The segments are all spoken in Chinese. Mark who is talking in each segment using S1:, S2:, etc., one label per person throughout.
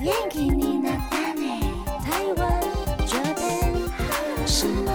S1: 元気になったね台湾 Japan 什么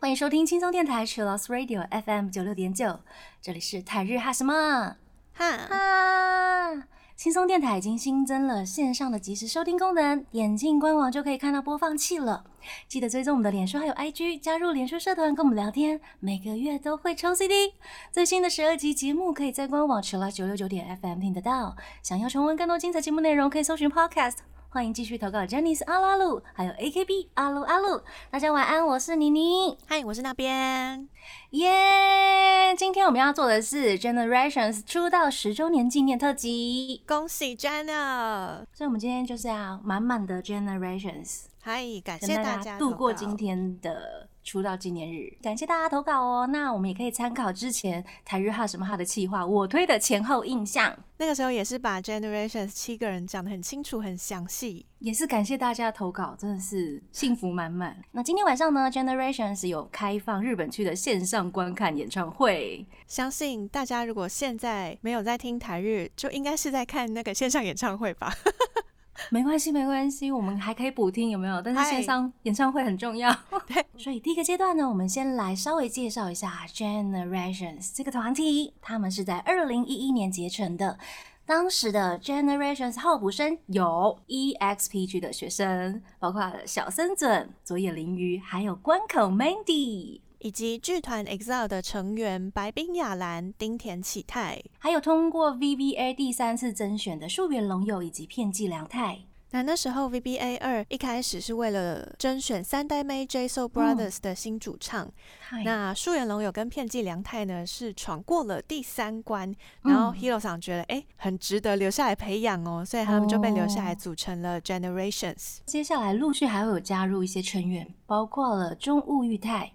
S2: 欢迎收听轻松电台 c h i l l o s Radio FM 九六点九，这里是台日哈什么
S3: 哈，
S2: 啊！轻松电台已经新增了线上的即时收听功能，点进官网就可以看到播放器了。记得追踪我们的脸书还有 IG，加入脸书社团跟我们聊天，每个月都会抽 CD。最新的十二集节目可以在官网 c h i l l 九六九点 FM 听得到。想要重温更多精彩节目内容，可以搜寻 Podcast。欢迎继续投稿 j e n n y 阿拉鲁，还有 AKB 阿鲁阿鲁。大家晚安，我是妮妮。
S3: 嗨，我是那边。
S2: 耶今天我们要做的是 Generations 出道十周年纪念特辑，
S3: 恭喜 Jenna！
S2: 所以我们今天就是要满满的 Generations，
S3: 嗨，感
S2: 跟
S3: 谢
S2: 大
S3: 家
S2: 度
S3: 投
S2: 过
S3: 稿
S2: 今。天的出道纪念日。感谢大家投稿哦。那我们也可以参考之前台日哈什么哈的企划，我推的前后印象，
S3: 那个时候也是把 Generations 七个人讲得很清楚、很详细。
S2: 也是感谢大家的投稿，真的是幸福满满。那今天晚上呢，Generations 有开放日本区的线上观看演唱会，
S3: 相信大家如果现在没有在听台日，就应该是在看那个线上演唱会吧。
S2: 没关系，没关系，我们还可以补听，有没有？但是
S3: 嗨
S2: 线上演唱会很重要。
S3: 对，
S2: 所以第一个阶段呢，我们先来稍微介绍一下 Generations 这个团体，他们是在二零一一年结成的。当时的 Generations 候补生有 E EXPG 的学生，包括小森准、佐野绫鱼，还有关口 Mandy，
S3: 以及剧团 EXILE 的成员白冰雅兰、丁田启泰。
S2: 还有通过 VBA 第三次甄选的树原龙友以及片寄凉太。
S3: 那那时候 VBA 二一开始是为了甄选三代妹 JSO Brothers 的新主唱，
S2: 嗨
S3: 那树原龙有跟片寄凉太呢是闯过了第三关，然
S2: 嗯
S3: 后 Hero 桑觉得哎、诶很值得留下来培养哦，所以他们就被留下
S2: 哦
S3: 来组成了 Generations。
S2: 接下来陆续还会有加入一些成员，包括了中务裕太、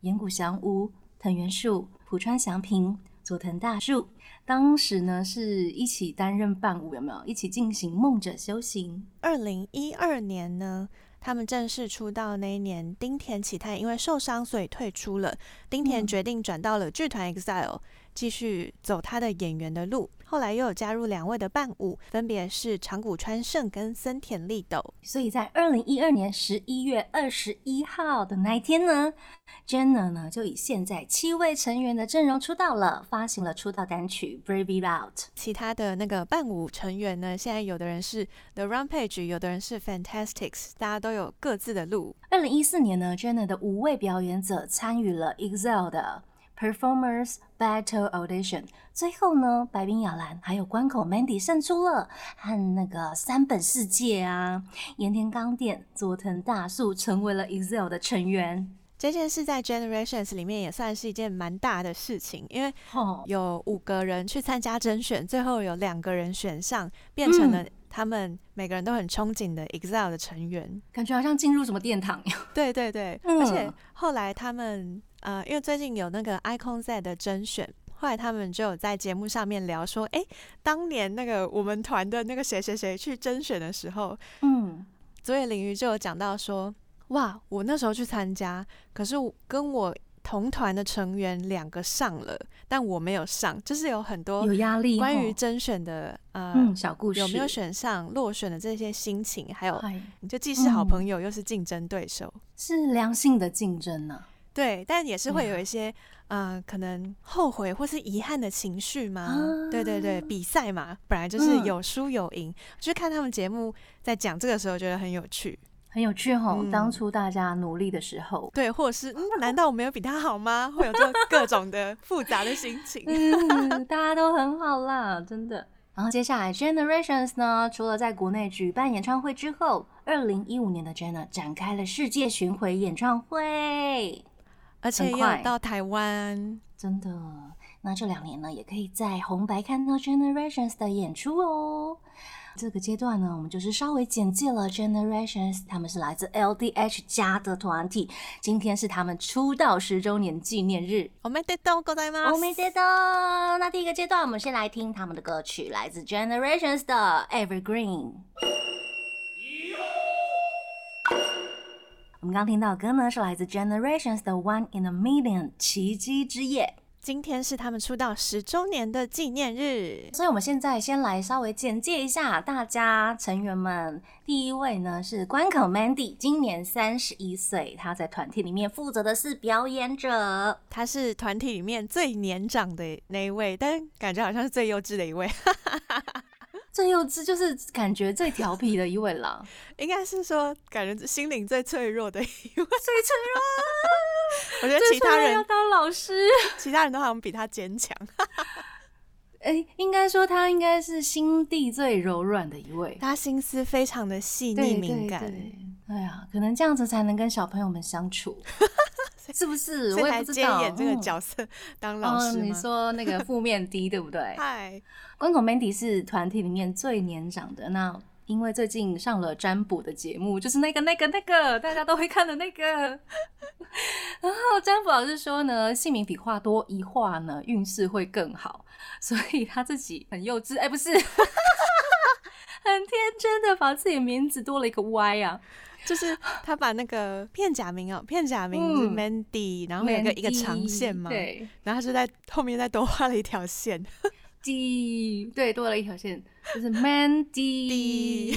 S2: 岩谷祥吾、藤原树、浦川祥平、佐藤大树。当时呢是一起担任伴舞，有没有？一起进行梦者修行。
S3: 二零一二年呢，他们正式出道那一年，丁田启泰因为受伤所以退出了。丁田
S2: 嗯
S3: 决定转到了剧团 EXILE，继续走他的演员的路。后来又有加入两位的伴舞，分别是长谷川胜跟森田利斗。
S2: 所以在二零一二年十一月二十一号的那一天呢，Jenna 呢就以现在七位成员的阵容出道了，发行了出道单曲《Brave It Out》。
S3: 其他的那个伴舞成员呢，现在有的人是 The Rampage，有的人是 Fantastics，大家都有各自的路。
S2: 二零一四年呢，Jenna 的五位表演者参与了 EXILE 的 Performers Battle Audition，最后呢，白冰雅兰还有关口 Mandy 胜出了，和那个三本世界啊、盐田刚电、佐藤大树成为了 EXILE 的成员。
S3: 这件事在 Generations 里面也算是一件蛮大的事情，因为
S2: 哦，
S3: 有五个人去参加甄选，最后有两个人选上，变成了他们每个人都很憧憬的 EXILE 的成员。
S2: 感觉好像进入什么殿堂。
S3: 对对对，
S2: 嗯
S3: 而且后来他们呃，因为最近有那个 Icon Z 的甄选。后来他们就有在节目上面聊说，哎、当年那个我们团的那个谁谁谁去甄选的时候，
S2: 嗯，
S3: 佐野领域就有讲到说，哇，我那时候去参加，可是我跟我同团的成员两个上了，但我没有上，就是有很多
S2: 有压力。
S3: 关于
S2: 哦
S3: 甄选的呃、
S2: 嗯小故事
S3: 有没有选上、落选的这些心情，还有
S2: 哎
S3: 你就既是好朋友又是竞争对手，
S2: 是良性的竞争呢、啊
S3: 对，但也是会
S2: 对啊
S3: 有一些、呃可能后悔或是遗憾的情绪嘛。
S2: 啊
S3: 对对对，比赛嘛，本来就是
S2: 嗯
S3: 有输有赢，就是看他们节目在讲这个时候觉得很有趣。
S2: 很有趣哦。
S3: 嗯
S2: 当初大家努力的时候，
S3: 对，或者是嗯，难道我没有比他好吗？会有这种各种的复杂的心情。
S2: 嗯，大家都很好啦，真的。然后接下来 Generations 呢，除了在国内举办演唱会之后，二零一五年的 Jenna 展开了世界巡回演唱会，
S3: 而且也
S2: 很快
S3: 有到台湾，
S2: 真的。那这两年呢，也可以在红白看到 Generations 的演出哦。这个阶段呢，我们就是稍微简介了 Generations，他们是来自 LDH 家的团体，今天是他们出道十周年纪念日。
S3: 我们得到过来吗？
S2: 我没接到。那第一个阶段，我们先来听他们的歌曲，来自 Generations 的《Evergreen》。我们刚听到的歌呢，是来自 Generations 的《One in a Million》奇迹之夜。
S3: 今天是他们出道十周年的纪念日。
S2: 所以我们现在先来稍微简介一下大家成员们。第一位呢是关口 Mandy，今年三十一岁，她在团体里面负责的是表演者。
S3: 他是团体里面最年长的那一位，但感觉好像是最幼稚的一位，
S2: 最幼稚就是感觉最调皮的一位了，
S3: 应该是说感觉心灵最脆弱 的一位。
S2: 最脆弱，
S3: 我觉得其
S2: 最脆
S3: 他
S2: 弱要
S3: 人
S2: 当老师。
S3: 其他人都好像比他坚强。
S2: 哎、应该说他应该是心地最柔软的一位，
S3: 他心思非常的细
S2: 对
S3: 腻敏感，
S2: 对对哎呀，可能这样子才能跟小朋友们相处，是不是？
S3: 所
S2: 我也
S3: 以才
S2: 不
S3: 接
S2: 知道
S3: 演这个
S2: 嗯
S3: 角色当老师
S2: 哦，你
S3: 吗？
S2: 说那个负面低，对不对？
S3: 嗨，
S2: 关口 Mandy 是团体里面最年长的。那因为最近上了占卜的节目，就是那个那个那个大家都会看的那个。然后占卜老师说呢，姓名比话多一话呢，运势会更好。所以他自己很幼稚，哎、不是。 很天真的把自己的名字多了一个 Y 啊，
S3: 就是他把那个片假名哦，片假名是
S2: 嗯
S3: Mandy，、然后有一个一个
S2: Mandy，
S3: 长线嘛，
S2: 对，
S3: 然后他就在后面再多画了一条线，
S2: D，对，多了一条线，就是 Mandy，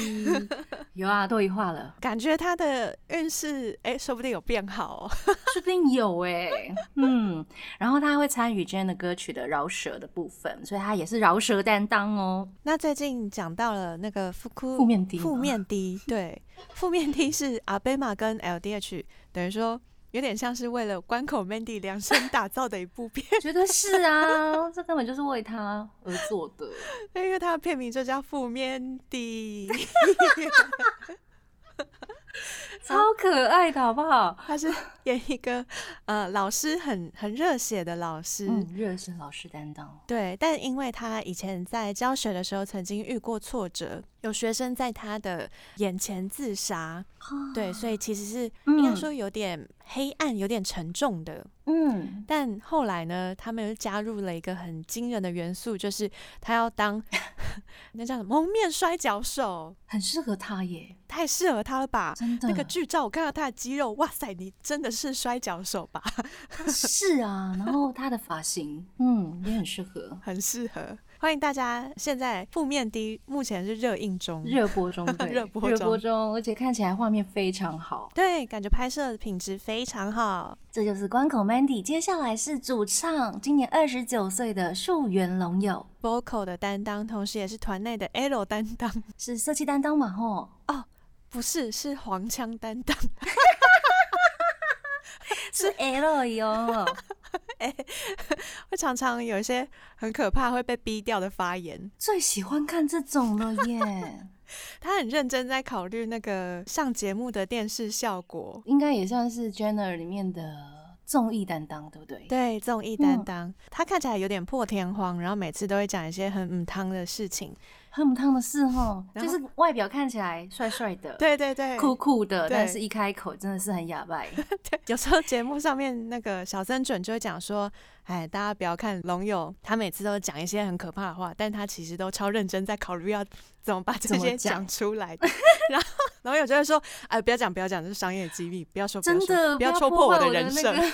S2: 有 啊，多一画了，
S3: 感觉他的运势哎，说不定有变好哦。
S2: 说不定有哎、嗯，然后他还会参与 Jane 的歌曲的饶舌的部分，所以他也是饶舌担当哦。
S3: 那最近讲到了那个负
S2: 负面低吗
S3: 负面低， 对，负面低是阿贝玛跟 LDH，等于说有点像是为了关口 Mandy 量身打造的一部片，
S2: 绝对是啊，这根本就是为他而做 的。
S3: 因为它的片名就叫负面低，
S2: 超可爱的好不好？
S3: 他是演一个呃老师很很热血的老师，
S2: 嗯，热身老师担当，
S3: 对，但因为他以前在教学的时候曾经遇过挫折，有学生在他的眼前自杀，
S2: 啊
S3: 对，所以其实是应该
S2: 嗯
S3: 说有点黑暗、有点沉重的。
S2: 嗯，
S3: 但后来呢，他们又加入了一个很惊人的元素，就是他要 当那叫什么蒙面摔跤手，
S2: 很适合他耶，
S3: 太适合他了吧？
S2: 真的。
S3: 那个剧照我看到他的肌肉，哇塞，你真的是摔跤手吧？
S2: 是啊，然后他的发型，嗯，也很适合。
S3: 很适合。欢迎大家，现在负面低目前是热映中，
S2: 热播 中，对，
S3: 热播中
S2: 中而且看起来画面非常好。
S3: 对，感觉拍摄品质非常好。
S2: 这就是关口 Mandy，接下来是主唱，今年二十九岁的树原龙友，
S3: vocal 的担当，同时也是团内的 L 担当，
S2: 是色气担当嘛吼，
S3: 不是是黄腔担当。
S2: 是 L 哦哟，
S3: 会常常有一些很可怕会被逼掉的发言。
S2: 最喜欢看这种了耶，
S3: 他很认真在考虑那个上节目的电视效果，
S2: 应该也算是 Jenner 里面的综艺担当，对不对？
S3: 对综艺
S2: 嗯
S3: 担当。他看起来有点破天荒，然后每次都会讲一些很嗯汤的事情。
S2: 很母汤的事吼，
S3: 然
S2: 就
S3: 后
S2: 是外表看起来帅帅的，，
S3: 对对对，
S2: 酷酷的，
S3: 对
S2: 但是一开口真的是很哑巴。
S3: 有时候节目上面那个小森准就会讲说，哎，大家不要看龙友，他每次都讲一些很可怕的话，但他其实都超认真在考虑要怎么把这
S2: 怎么
S3: 些
S2: 讲
S3: 讲出来的。 然后龙友就会说，哎，不要讲，不要讲，这是商业机密，不要说，不要
S2: 真的
S3: 说不要戳
S2: 戳
S3: 破
S2: 我
S3: 的人
S2: 那个
S3: 设。
S2: 真的，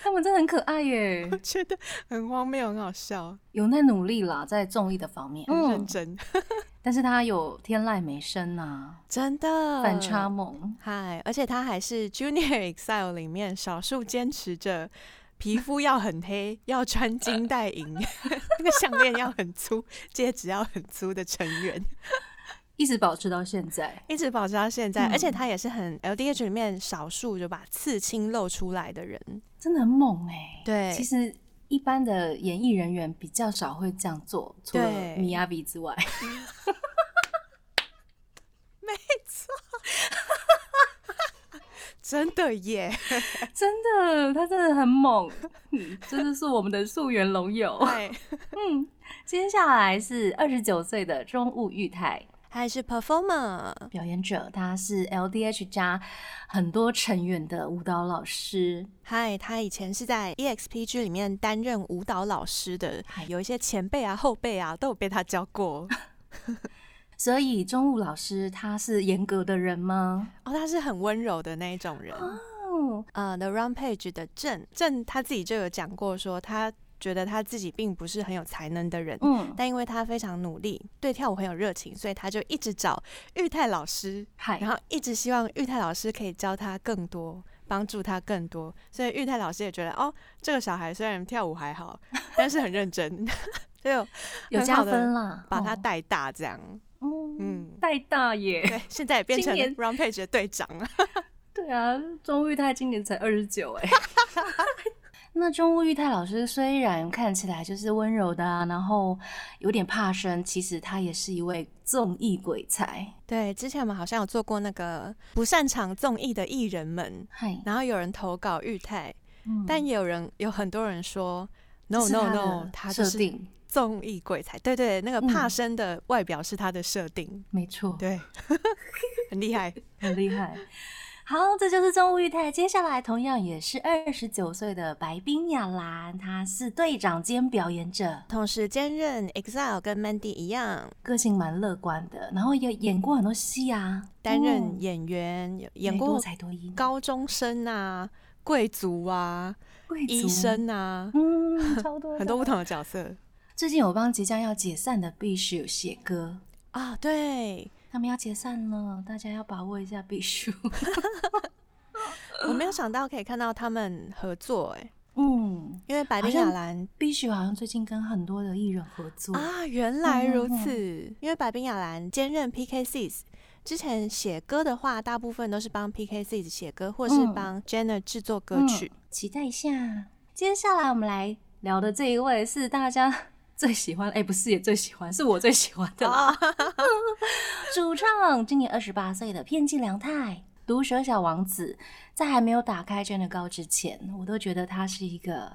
S2: 他们真的很可爱耶
S3: 我，觉得很荒谬，很好笑，
S2: 有在努力啦，在综艺的方面，嗯
S3: 很认真，
S2: 但是他有天籁美声呐、
S3: 真的
S2: 反差。萌，
S3: 嗨，而且他还是 Junior Excel 里面少数坚持着皮肤要很黑，要穿金戴银， 那个项链要很粗，戒指要很粗的成 员，
S2: 一直保持到现在。
S3: 一直保持到现在。
S2: 嗯
S3: 而且他也是很 LDH 里面少数就把刺青露出来的人。
S2: 真的很猛哎、
S3: 对
S2: 其实一般的演艺人员比较少会这样做，除了
S3: 对
S2: 米亚比之外。
S3: 真的耶！
S2: 真的，他真的很猛，嗯，这就是我们的溯源龙友。
S3: 嗨，
S2: 接下来是二十九岁的中务裕太，
S3: 还是 performer，
S2: 表演者，他是 LDH 加很多成员的舞蹈老师，
S3: 嗨，他以前是在 E EXPG 里面担任舞蹈老师的，有一些前辈啊、后辈啊都有被他教过。
S2: 所以钟务老师他是严格的人吗？
S3: 哦，他是很温柔的那一种人，
S2: 哦，
S3: 呃 The Rampage 的郑郑他自己就有讲过说，他觉得他自己并不是很有才能的人，
S2: 嗯，
S3: 但因为他非常努力，对跳舞很有热情，所以他就一直找玉泰老师，
S2: 嗨，
S3: 然后一直希望玉泰老师可以教他更多，帮助他更多。所以玉泰老师也觉得，哦，这个小孩虽然跳舞还好，但是很认真， 所以有
S2: 有
S3: 很
S2: 加
S3: 好地
S2: 分啦，
S3: 把他
S2: 哦，
S3: 带大这样。
S2: 嗯，
S3: 嗯，
S2: 带大耶，
S3: 对，现在也变
S2: 今
S3: 成
S2: 年
S3: Rampage 的队长了。
S2: 对啊，钟裕泰今年才二十九哎。 那钟裕泰老师虽然看起来就是温柔的、啊，然后有点怕生，其实他也是一位综艺鬼才。
S3: 对，之前我们好像有做过那个不擅长综艺的艺人们，
S2: 嗨，
S3: 然后有人投稿玉泰，
S2: 嗯
S3: 但也有人有很多人说
S2: 这
S3: no
S2: 是
S3: no
S2: 他
S3: no，
S2: 的
S3: 他就
S2: 设
S3: 是
S2: 定
S3: 综艺鬼才，对对，那个
S2: 嗯
S3: 怕生的外表是他的设定，
S2: 没错，
S3: 对， 很厉害。
S2: 很厉害。好，这就是钟裕泰。接下来同样也是二十九岁的白冰雅兰，她是队长兼表演者，
S3: 同时兼任 EXILE 跟 Mandy 一样，
S2: 个性蛮乐观的，然后也演过很多戏啊，
S3: 担任
S2: 嗯
S3: 演员，有演
S2: 对多
S3: 过
S2: 才多艺，
S3: 高中生啊、贵族啊、
S2: 贵族
S3: 医，生啊，
S2: 嗯，超多
S3: 很多不同的角色
S2: 最近有帮即将要解散的 Bish 写歌，
S3: 啊，对。
S2: 他们要解散了，大家要把握一下 Bish。
S3: 我没有想到可以看到他们合作、哎，
S2: 嗯
S3: 因为白冰
S2: 好像
S3: 雅兰
S2: ，Bish 好像最近跟很多的艺人合作，
S3: 啊，原来
S2: 嗯嗯
S3: 如
S2: 嗯
S3: 此。因为白冰雅兰兼任 PK Six，之前写歌的话，大部分都是帮 PK Six 写歌，或是
S2: 嗯
S3: 帮 Jenna 制作歌
S2: 嗯
S3: 曲。
S2: 期待一下。接下来我们来聊的这一位是大家最喜欢，哎、不是也最喜欢，是我最喜欢的啦。主唱今年二十八岁的片寄凉太，毒舌小王子，在还没有打开真的高之前，我都觉得他是一个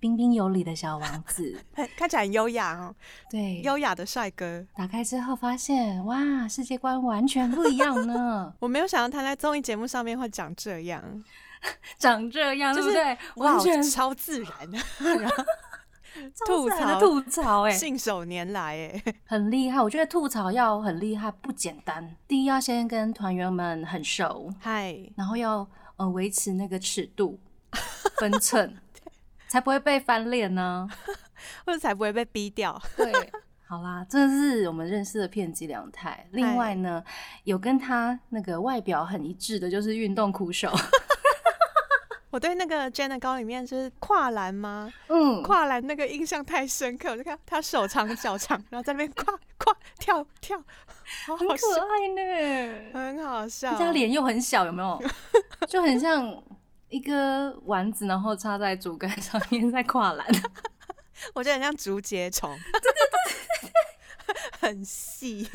S2: 彬彬有礼的小王子。
S3: 很看起来很优雅哦，
S2: 对，
S3: 优雅的帅哥。，
S2: 打开之后发现，哇，世界观完全不一样呢
S3: 我没有想到他在综艺节目上面会长这样，
S2: 长这样
S3: 就
S2: 对
S3: 是
S2: 不对？
S3: 哇哦
S2: 完全，
S3: 超自然，
S2: 超自然的吐槽哎、
S3: 啊信手拈来哎。
S2: 很厉害，我觉得吐槽要很厉害不简单。第一要先跟团员们很熟，
S3: 嗨，
S2: 然后要呃维持那个尺 度分寸，才不会被翻脸呢、
S3: 或者才不会被逼掉。
S2: 对，好啦，这是我们认识的片姬良太。另外呢，有跟他那个外表很一致的，就是运动苦 手。
S3: 我对那个 Jenna 高里面就是跨栏吗？
S2: 嗯，
S3: 跨栏那个印象太深刻，我就看他手长脚长，然后在那边跨 跨跳跳，好
S2: 很
S3: 好笑，
S2: 可爱呢。
S3: 很好笑。
S2: 他脸又很小，有没有？就很像一个丸子，然后插在竹竿上面在跨栏。
S3: 我觉得很像竹节虫， 很细，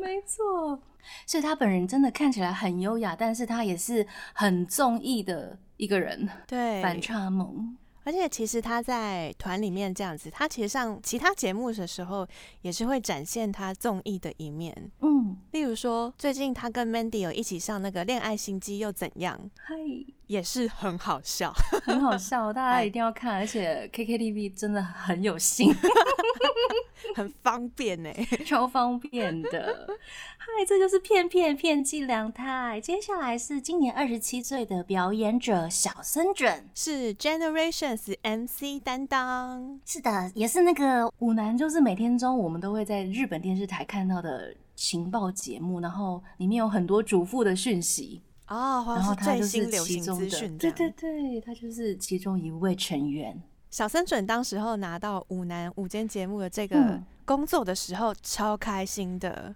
S2: 没错，所以他本人真的看起来很优雅，但是他也是很综艺的一个人，
S3: 对
S2: 反差萌。
S3: 而且其实他在团里面这样子，他其实上其他节目的时候也是会展现他综艺的一面。
S2: 嗯，
S3: 例如说，最近他跟 Mandy 有一起上那个《恋爱心机又怎样》，
S2: 嗨，
S3: 也是很好笑。
S2: 很好笑，大家一定要看，而且 KKTV 真的很有 心，
S3: 很方便欸呢、
S2: 超方便的。嗨，这就是片片片伎良太。接下来是今年二十七岁的表演者小森准。
S3: 是 Generations MC 担当。
S2: 是的，也是那个舞男，就是每天中午我们都会在日本电视台看到的情报节目，然后里面有很多主妇的讯息。
S3: 哦，好
S2: 然后
S3: 像
S2: 他
S3: 最
S2: 就
S3: 新
S2: 是
S3: 流
S2: 其
S3: 行
S2: 中
S3: 资
S2: 的，
S3: 讯这
S2: 对
S3: 样。
S2: 对对，他就是其中一位成员。
S3: 小森准当时候拿到舞男舞间节目的这个
S2: 嗯
S3: 工作的时候，超开心的。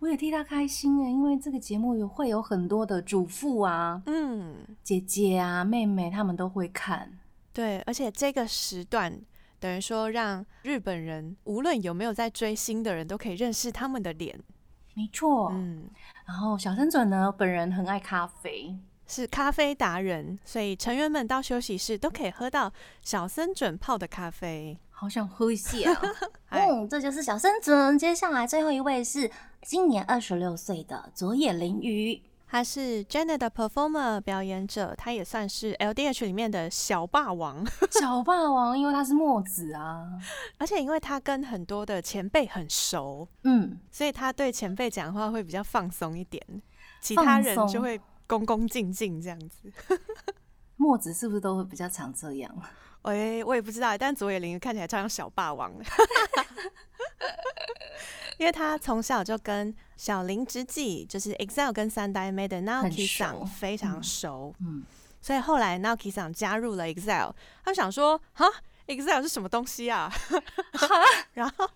S2: 我也替他开心哎，因为这个节目有会有很多的主妇啊、
S3: 嗯，
S2: 姐姐啊、妹妹，她们都会看。
S3: 对，而且这个时段等于说让日本人无论有没有在追星的人都可以认识他们的脸。
S2: 没错，
S3: 嗯，
S2: 然后小生准呢，本人很爱咖啡，
S3: 是咖啡达人，所以成员们到休息室都可以喝到小森准泡的咖啡。
S2: 好想喝一下、啊。
S3: 哎
S2: 嗯，这就是小生准。接下来最后一位是今年二十六岁的佐野绫鱼。
S3: 他是 Jenna 的 performer 表演者，他也算是 LDH 里面的小霸王，
S2: 小霸王，因为他是墨子啊。
S3: 而且因为他跟很多的前辈很熟，
S2: 嗯，
S3: 所以他对前辈讲话会比较放松一点，其他人
S2: 放松
S3: 就会恭恭敬敬这样子。
S2: 墨子是不是都会比较常这样？
S3: 哎、我也不知道，但佐野玲看起来超像小霸王 的，因为他从小就跟小林之纪，就是 EXILE 跟三代妹的 Naoki
S2: 熟
S3: 桑非常熟，
S2: 嗯，
S3: 所以后来 Naoki 桑加入了 EXILE，他想说啊，EXILE 是什么东西啊？ 然后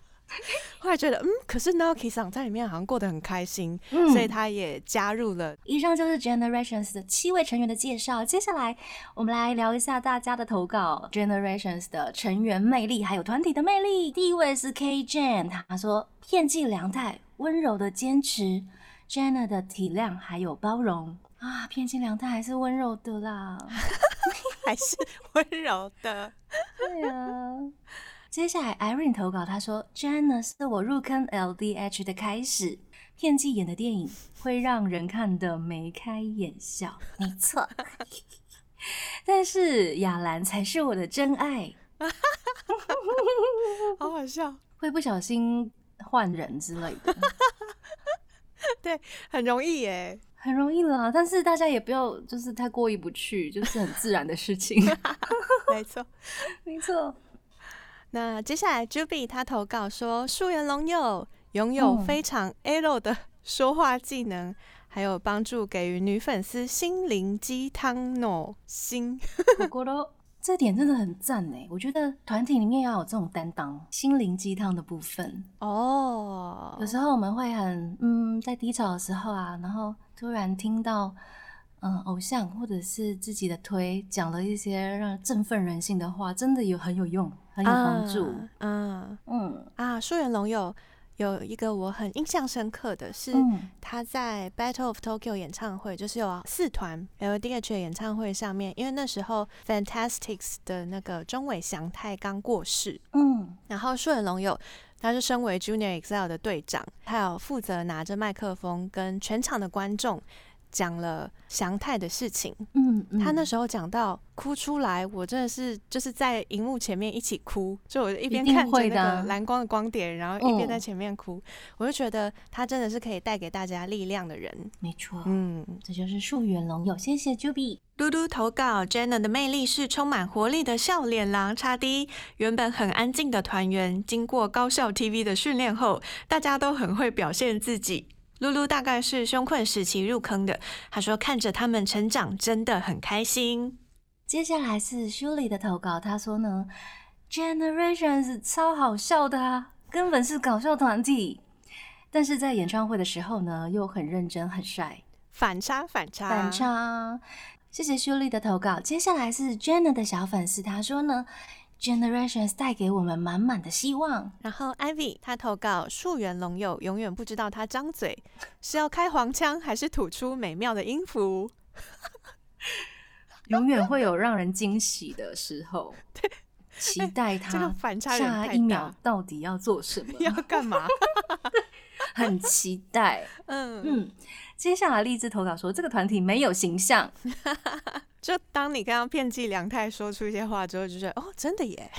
S3: 后来觉得嗯，可是 Naoki 桑在里面好像过得很开心，
S2: 嗯
S3: 所以他也加入了。
S2: 以上就是 Generations 的七位成员的介绍。接下来，我们来聊一下大家的投稿 Generations 的成员魅力，还有团体的魅力。第一位是 K Jan，他说：“片寄良太，温柔的坚持，Jenna 的体谅还有包容啊，片寄良太还是温柔的啦。
S3: 还是 温柔的，
S2: 对啊。 接下来，Irene 投稿，他说：“Jenna 是我入坑 LDH 的开始，片寄演的电影会让人看得眉开眼笑， 没错。但是雅兰才是我的真爱，
S3: 好好笑，
S2: 会不小心换人之类的，
S3: 很容易耶。
S2: 很容易啦。但是大家也不要就是太过意不去，就是很自然的事情。
S3: 没错。
S2: 没错，
S3: 那接下来 Juby 他投稿说，树原龙佑拥有
S2: 嗯
S3: 非常 L 的说话技能，还有帮助给予女粉丝心灵鸡汤哦，心
S2: 火锅都这点真的很赞哎，我觉得团体里面要有这种担当，心灵鸡汤的部分。”
S3: 哦
S2: 有时候我们会很嗯，在低潮的时候啊，然后突然听到嗯偶像或者是自己的推讲了一些让振奋人心的话，真的有很有用，很有帮助。
S3: 嗯
S2: 嗯
S3: 啊，树原龙佑有一个我很印象深刻的是，
S2: 嗯
S3: 他在 Battle of Tokyo 演唱会，就是有四团 LDH 的演唱会上面，因为那时候 Fantastics 的那个中尾祥太刚过世，
S2: 嗯
S3: 然后顺龙有，他是身为 Junior Excel 的队长，他有负责拿着麦克风跟全场的观众讲了祥太的事情。
S2: 嗯，嗯
S3: 他那时候讲到哭出来，我真的是就是在荧幕前面一起哭，就我一边
S2: 一定
S3: 看着
S2: 会的
S3: 那
S2: 啊
S3: 个蓝光的光点，然后一边
S2: 嗯
S3: 在前面哭，我就觉得他真的是可以带给大家力量的人。
S2: 没错，
S3: 嗯，
S2: 这就是树原龙有，谢谢 Juby。
S3: 嘟嘟投稿，Jenna 的魅力是充满活力的笑脸狼叉 D。原本很安静的团员，经过高校 TV 的训练后，大家都很会表现自己。露露大概是胸困时期入坑的，她说看着他们成长真的很开心。
S2: 接下来是 Shuli 的投稿，他说呢，Generations 超好笑的啊，根本是搞笑团体，但是在演唱会的时候呢，又很认真很帅。
S3: 反差，反差，
S2: 反。差。谢谢秀丽的投稿。接下来是 Jenna 的小粉丝，她说呢，Generations 带给我们满满的希望。
S3: 然后 Ivy 她投稿树原龙佑，永远不知道他张嘴是要开黄腔还是吐出美妙的音符。
S2: 永远会有让人惊喜的时 候。期待
S3: 哎这个
S2: 他
S3: 反差有点太
S2: 啊下
S3: 大
S2: 一秒到底要做什么，
S3: 要 干嘛？
S2: 很期待。
S3: 嗯，
S2: 嗯，接下来荔枝投稿说这个团体没有形象，
S3: 就当你刚刚片寄良太说出一些话之后，就觉得哦，真的耶。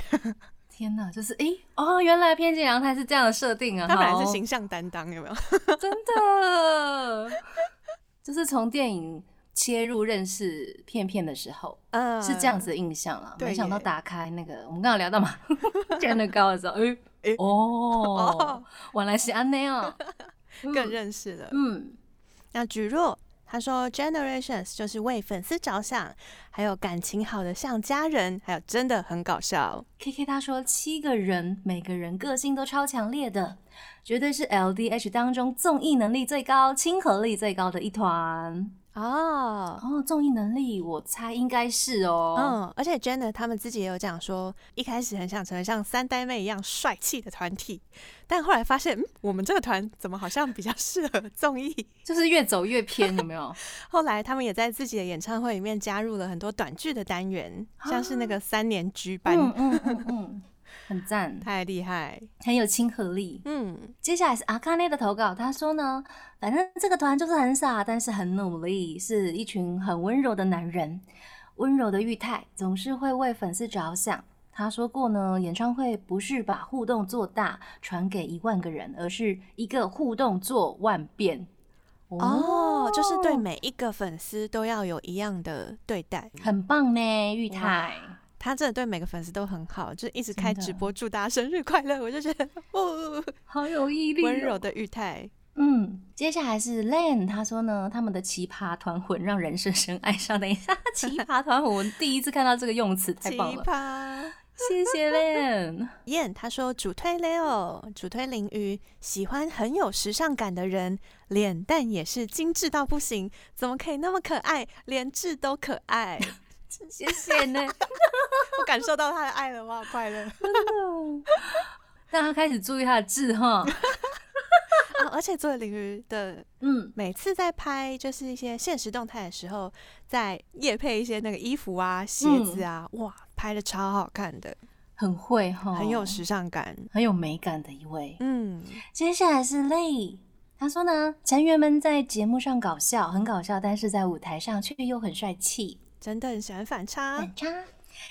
S2: 天哪，就是诶、哦，原来偏见阳台是这样的设定啊，
S3: 他本来
S2: 好
S3: 是形象担当，有没有？
S2: 真的， 就是从电影切入认识片片的时候，
S3: 嗯
S2: 是这样。子的印象啦。
S3: 对
S2: 没想到
S3: 耶
S2: 打开那个，我们刚刚有聊到嘛，站得高的时候，哎、
S3: 哎
S2: 哦
S3: 哦，
S2: 原来是安内哦，
S3: 更认识了。
S2: 嗯，
S3: 那举若他说，Generations 就是为粉丝着想，还有感情好的像家人，还有真的很搞笑。
S2: K K 他说七个人，每个人个性都超强烈的，绝对是 L D H 当中综艺能力最高、亲和力最高的一团。
S3: 哦，
S2: 哦，综艺能力我猜应该是哦，
S3: 嗯，而且 Jenna 他们自己也有讲说，一开始很想成为像三呆妹一样帅气的团体，但后来发现，嗯，我们这个团怎么好像比较适合综艺？
S2: 就是越走越偏，有没有？
S3: 后来他们也在自己的演唱会里面加入了很多短剧的单元，像是那个三年 G 班，
S2: 啊嗯嗯嗯嗯， 很赞，
S3: 太厉害。
S2: 很有亲和力。
S3: 嗯，
S2: 接下来是阿卡内的投稿，他说呢，反正这个团就是很傻，但是很努力，是一群很温柔的男人，温柔的玉泰总是会为粉丝着想。他说过呢，演唱会不是把互动做大传给一万个人，而是一个互动做万遍。
S3: 哦，就是对每一个粉丝都要有一样的对待。
S2: 很棒呢，玉泰。
S3: 他真的对每个粉丝都很好，就一直
S2: 真
S3: 开
S2: 的
S3: 直播祝大家生日快乐，我就觉得哦，
S2: 好有毅 力、哦
S3: 温柔。的玉泰，
S2: 嗯，接下来是 Len，他说呢，他们的奇葩团魂让人深深爱上。等一下，奇葩团魂，我第一次看到这个用词，太
S3: 奇
S2: 棒了，
S3: 葩。
S2: 谢谢 Len。
S3: 燕他说主推 Leo，主推林鱼，喜欢很有时尚感的人，脸蛋也是精致到不行，怎么可以那么可爱，连痣都可爱？
S2: 谢谢呢。
S3: 我感受到他的爱了，我好快乐。
S2: 大家开始注意他的字哈。
S3: 啊、而且作为林鱼的，
S2: 嗯，
S3: 每次在拍就是一些现实动态的时候，在夜配一些那个衣服啊、
S2: 嗯
S3: 鞋子啊，哇，拍的超好看的，
S2: 很会哈，
S3: 很有时尚感。
S2: 很有美感的一位。
S3: 嗯，
S2: 接下来是 Lay，他说呢，成员们在节目上搞笑，很搞笑，但是在舞台上却又很帅气，
S3: 真的很喜欢反差，
S2: 很差。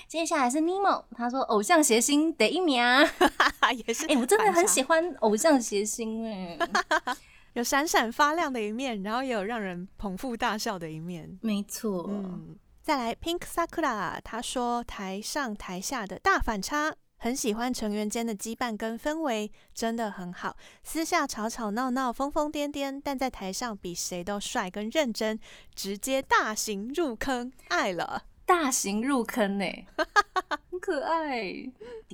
S2: 接下来是 Nemo，他说偶像谐星得一名。
S3: 也是
S2: 哎、我真的
S3: 反
S2: 很
S3: 差
S2: 喜欢偶像谐星哎、
S3: 有闪闪发亮的一面，然后也有让人捧腹大笑的一面。
S2: 没错，
S3: 嗯，再来 Pink Sakura，他说台上台下的大反差，很喜欢成员间的羁绊跟氛围，真的很好。私下吵吵闹闹、疯疯癫癫，但在台上比谁都帅跟认真，直接大型入坑，爱了。
S2: 大型入坑呢、哎很可爱。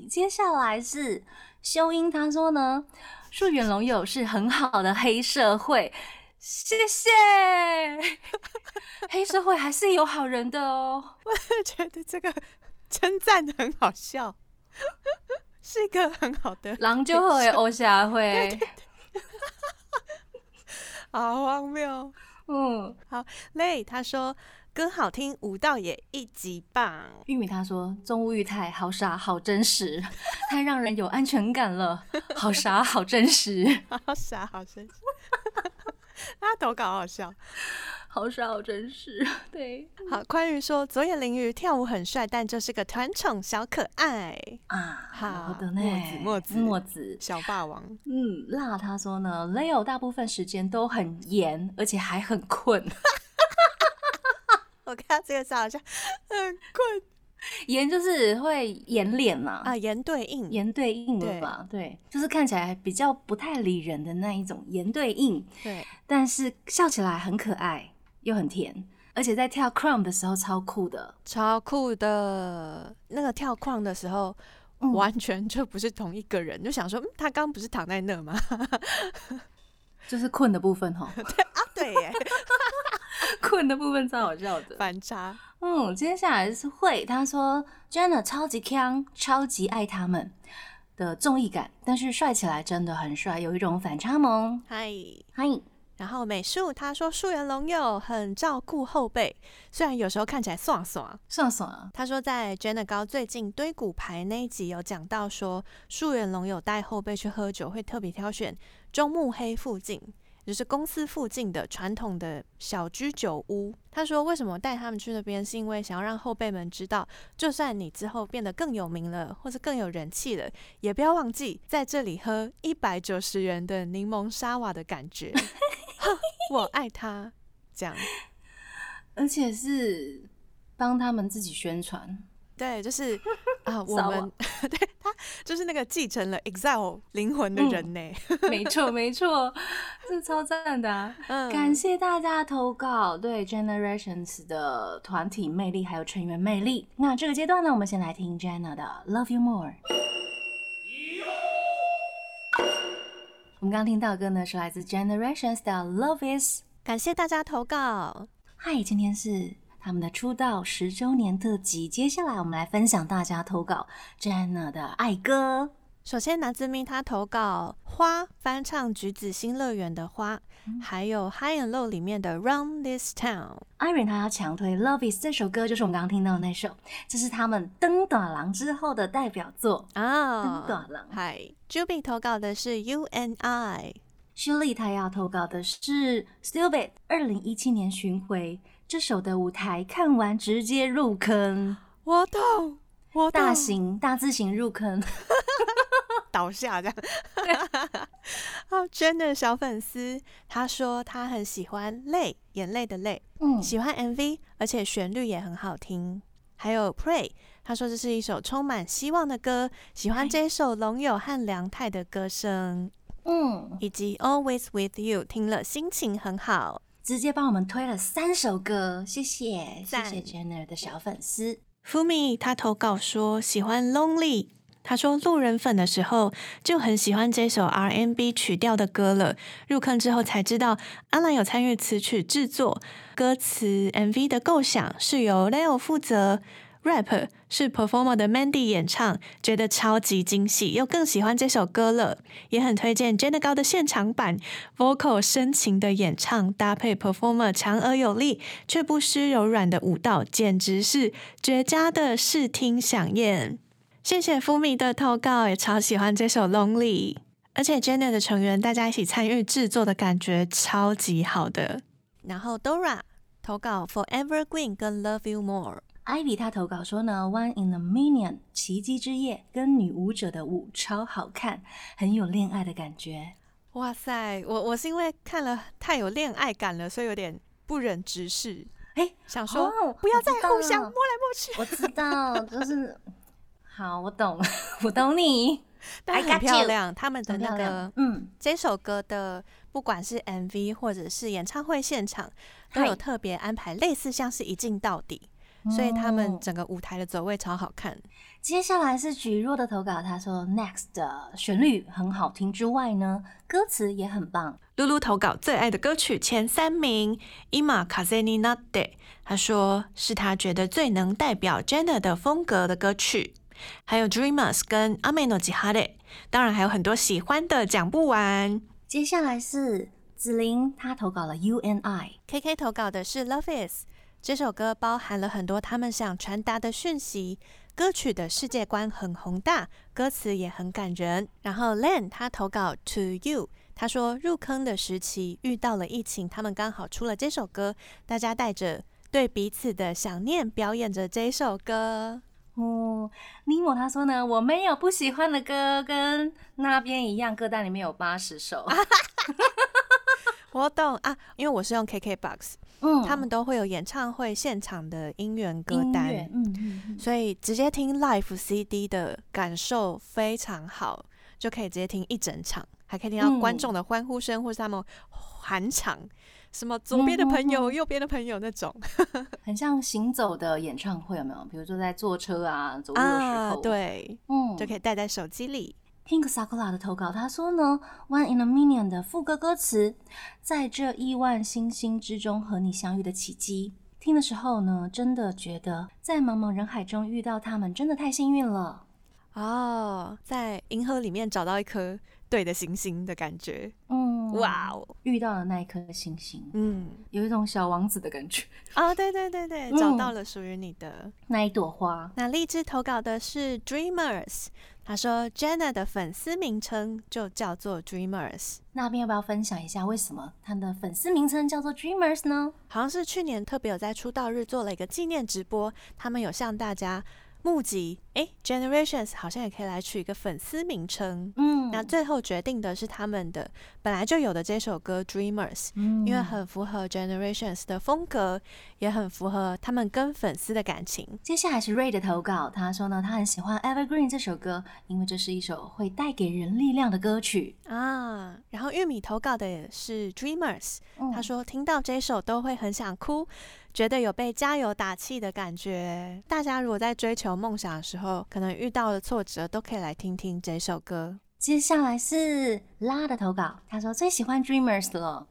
S2: 接下来是修英，他说呢，树远龙友是很好的黑社会，谢谢。黑社会还是有好人的哦。
S3: 我觉得这个称赞得很好笑， 是一个很好的，
S2: 狼就会，偶像会，
S3: 好荒谬。
S2: 嗯。
S3: 累，他说歌好听，舞蹈也一级棒。
S2: 玉米他说：“中物玉太好傻，好真实，太让人有安全感了，好傻，好真实，
S3: 好傻，好生气。 他投稿好好笑。
S2: 好傻，好真实。” 对
S3: 好，宽裕说佐野绫鱼跳舞很帅，但就是个团宠小可爱，
S2: 啊，
S3: 好
S2: 的呢，
S3: 墨子
S2: 墨
S3: 墨
S2: 子，
S3: 小霸王。
S2: 嗯，那他说呢，Leo 大部分时间都很严，而且还很困，
S3: 我看到这个字好像很困
S2: 严就是会演脸嘛，
S3: 啊，言对应。
S2: 颜对应的
S3: 对
S2: 吧？对，就是看起来比较不太理人的那一种颜对应，
S3: 对，
S2: 但是笑起来很可爱又很甜，而且在跳 crumb 的时候超酷的，
S3: 超酷的。那个跳框的时候。
S2: 嗯
S3: 完全就不是同一个人，就想说，嗯，他刚不是躺在那吗？
S2: 就是困的部分吼，
S3: 啊
S2: 哦
S3: 对耶，
S2: 困的部分超好笑的。
S3: 反差。
S2: 嗯，接下来是慧，她说 Jenna 超级强，超级爱他们的综艺感，但是帅起来真的很帅，有一种反差萌。
S3: 嗨，
S2: 嗨，
S3: 然后美术他说树原龙佑很照顾后辈，虽然有时候看起来爽爽。
S2: 算算啊，
S3: 他说在 Jenna 高最近堆骨牌那一集有讲到说树原龙有带后辈去喝酒，会特别挑选中目黑附近。就是公司附近的传统的小居酒屋。他说，为什么带他们去那边，是因为想要让后辈们知道，就算你之后变得更有名了，或是更有人气了，也不要忘记在这里喝一百九十元的柠檬沙瓦的感觉。 我爱他，这样
S2: 而且是帮他们自己宣传，
S3: 对，就是 啊，我
S2: 沙瓦
S3: 们 对他就是那个继承了 exile 灵魂的人呢。
S2: 没错没错，这超赞的啊、
S3: 嗯，
S2: 感谢大家投稿对 Generations 的团体魅力还有成员魅力。那这个阶段呢，我们先来听 Jenna 的《Love You More》。我们刚刚听到的歌呢，是来自 Generations 的《Love Is
S3: 感谢大家投稿。》。
S2: 嗨，今天是他们的出道十周年特辑，接下来我们来分享大家投稿 Jenna 的爱歌。
S3: 首先，拿兹咪他投稿《花》翻唱《橘子新乐园》的《花》，
S2: 嗯
S3: 还有《High and Low》里面的《Run This Town》。
S2: Irene 她要强推《Love Is》这首歌，就是我们刚刚听到的那首，这是他们登短郎之后的代表作。
S3: 啊，
S2: 真的啦
S3: 嗨，Juby 投稿的是 You and I，
S2: s 丽她要投稿的是 Stupid 二零一七年巡回这首的舞台，看完直接入坑，
S3: 我懂，我懂
S2: 大型大字型入坑，
S3: 倒下 这样。哦，真的小粉丝，他说他很喜欢《泪》，眼泪的泪，
S2: 嗯，
S3: 喜欢 MV，而且旋律也很好听。还有《Pray》，他说这是一首充满希望的歌，喜欢这首龙友和梁太的歌声，
S2: 嗯，
S3: 以及《Always with You》，听了心情很好。
S2: 直接帮我们推了三首歌，谢谢，谢
S3: 赞
S2: 谢 Jenner 的小粉丝。
S3: Fumi 他投稿说喜欢 Lonely，他说路人粉的时候就很喜欢这首 R&B 曲调的歌了。入坑之后才知道阿兰有参与词曲制作，歌词 MV 的构想是由 Leo 负责。rap 是 performer 的 Mandy 演唱，觉得超级惊喜，又更喜欢这首歌了，也很推荐 Jenna 高的现场版，vocal 深情的演唱搭配 performer 强而有力却不失柔软的舞蹈，简直是绝佳的视听飨宴。谢谢 Fumi 的投稿，也超喜欢这首《Lonely》，而且 Jenna 的成员大家一起参与制作的感觉超级好的。然后 Dora 投稿《Forever Green》跟《Love You More》。
S2: Ivy 她投稿说呢，《One in a Million》奇迹之夜跟女舞者的舞超好看，很有恋爱的感觉。
S3: 哇塞，我我是因为看了太有恋爱感了，所以有点不忍直视，
S2: 哎、
S3: 想说、
S2: 哦
S3: 不要再
S2: 我知道
S3: 互相摸来摸 去，
S2: 我知道，就是 好，我懂， 我懂你，
S3: 但
S2: I
S3: 很
S2: got
S3: 漂
S2: you
S3: 亮，他们的
S2: 很漂
S3: 那
S2: 亮
S3: 个。
S2: 嗯，
S3: 这首歌的不管是 MV 或者是演唱会现场，都
S2: 嗨
S3: 有特别安排，类似像是一镜到底，所以他们
S2: 嗯
S3: 整个舞台的走位超好看。
S2: 接下来是菊若的投稿，她说 Next 的旋律很好听之外呢，歌词也很棒。
S3: 露露投稿最爱的歌曲前三名，Ima Kazeni n a t e 他说是他觉得最能代表 Jenna 的风格的歌曲，还有 Dreamers 跟 Ame no Jihare，当然还有很多喜欢的讲不完。
S2: 接下来是紫菱，她投稿了 U N I，
S3: K K 投稿的是《Love Is》这首歌，包含了很多他们想传达的讯息。歌曲的世界观很宏大，歌词也很感人。然后 Len 他投稿《To You》，他说入坑的时期遇到了疫情，他们刚好出了这首歌，大家带着对彼此的想念表演着这首歌。
S2: 哦，尼莫他说呢，我没有不喜欢的歌，跟那边一样，歌单里面有八十首。
S3: 啊我懂啊，因为我是用 KKBOX，、
S2: 嗯
S3: 他们都会有演唱会现场的音源歌
S2: 音
S3: 单。
S2: 乐嗯嗯嗯，
S3: 所以直接听 live CD 的感受非常好，就可以直接听一整场，还可以听到观
S2: 嗯
S3: 众的欢呼声、或是他们喊场，什么左边的朋友、右边的朋友那种
S2: 很像行走的演唱会，有没有？比如说在坐车啊、走路的时候，
S3: 啊，，对，
S2: 嗯，
S3: 就可以带在手机里。
S2: Pink Sakura 的投稿，他说呢，《One in a Million》的副歌歌词，在这亿万星星之中和你相遇的奇迹。听的时候呢，真的觉得在茫茫人海中遇到他们，真的太幸运了。
S3: 哦，在银河里面找到一颗对的行星的感觉，
S2: 嗯，
S3: 哇！哦，
S2: 遇到了那一颗星星，
S3: 嗯，
S2: 有一种小王子的感觉。
S3: 啊，对对对对，找
S2: 嗯
S3: 到了属于你的。
S2: 那一朵花，
S3: 那荔枝投稿的是 Dreamers，他说 Jenna 的粉丝名称就叫做 Dreamers，
S2: 那边要不要分享一下为什么他的粉丝名称叫做 Dreamers 呢？
S3: 好像是去年特别有在出道日做了一个纪念直播，他们有向大家募集，诶 g e n e r a t i o n s 好像也可以来取一个粉丝名称。
S2: 嗯，
S3: 那最后决定的是他们的本来就有的这首歌《Dreamers》，
S2: 嗯
S3: 因为很符合 Generations 的风格，也很符合他们跟粉丝的感情。
S2: 接下来是 Ray 的投稿，他说呢，他很喜欢《Evergreen》这首歌，因为这是一首会带给人力量的歌曲。
S3: 啊，然后玉米投稿的也是 Dreamers，、
S2: 嗯
S3: 他说听到这首都会很想哭，觉得有被加油打气的感觉。大家如果在追求梦想的时候，可能遇到了挫折，都可以来听听这首歌。
S2: 接下来是拉的投稿，他说最喜欢 Dreamers 了，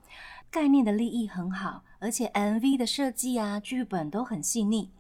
S2: 概念的立意很好，而且 MV 的设计啊、剧本都很细腻。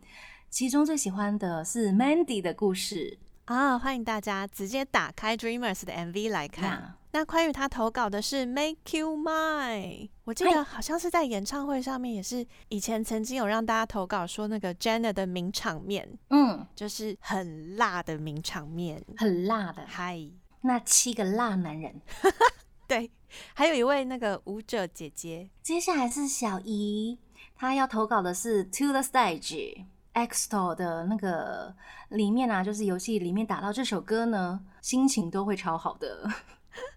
S2: 其中最喜欢的是 Mandy 的故事，
S3: 啊，欢迎大家直接打开 Dreamers 的 MV 来看。
S2: 呀
S3: 那宽宇他投稿的是 Make You Mine，我记得好像是在演唱会上面，也是以前曾经有让大家投稿说那个 Jenna 的名场面，
S2: 嗯，
S3: 就是很辣的名场面。
S2: 很辣的。
S3: 嗨，
S2: 那七个辣男人，
S3: 对，还有一位那个舞者姐姐
S2: 接下来是小姨，她要投稿的是 To the Stage。 EXTO 的那个里面啊，就是游戏里面打到这首歌呢，心情都会超好的，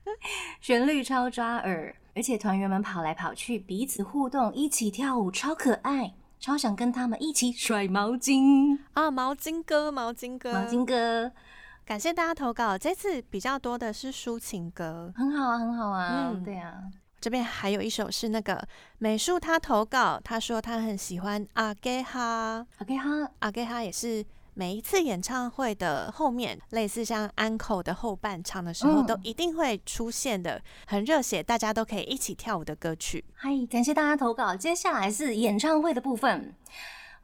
S2: 旋律超抓耳，而且团员们跑来跑去，彼此互动，一起跳舞，超可爱，超想跟他们一起甩毛巾。
S3: 啊，毛巾歌，毛巾歌，
S2: 毛巾哥
S3: 感谢大家投稿，这次比较多的是抒情歌。
S2: 很好啊，很好啊，
S3: 嗯
S2: 对啊，
S3: 这边还有一首是那个美术，他投稿，他说他很喜欢阿给哈，
S2: OK 哈，
S3: 阿给哈也是每一次演唱会的后面，类似像 uncle 的后半场的时候，
S2: 嗯
S3: 都一定会出现的，很热血，大家都可以一起跳舞的歌曲。
S2: 嗨，感谢大家投稿。接下来是演唱会的部分，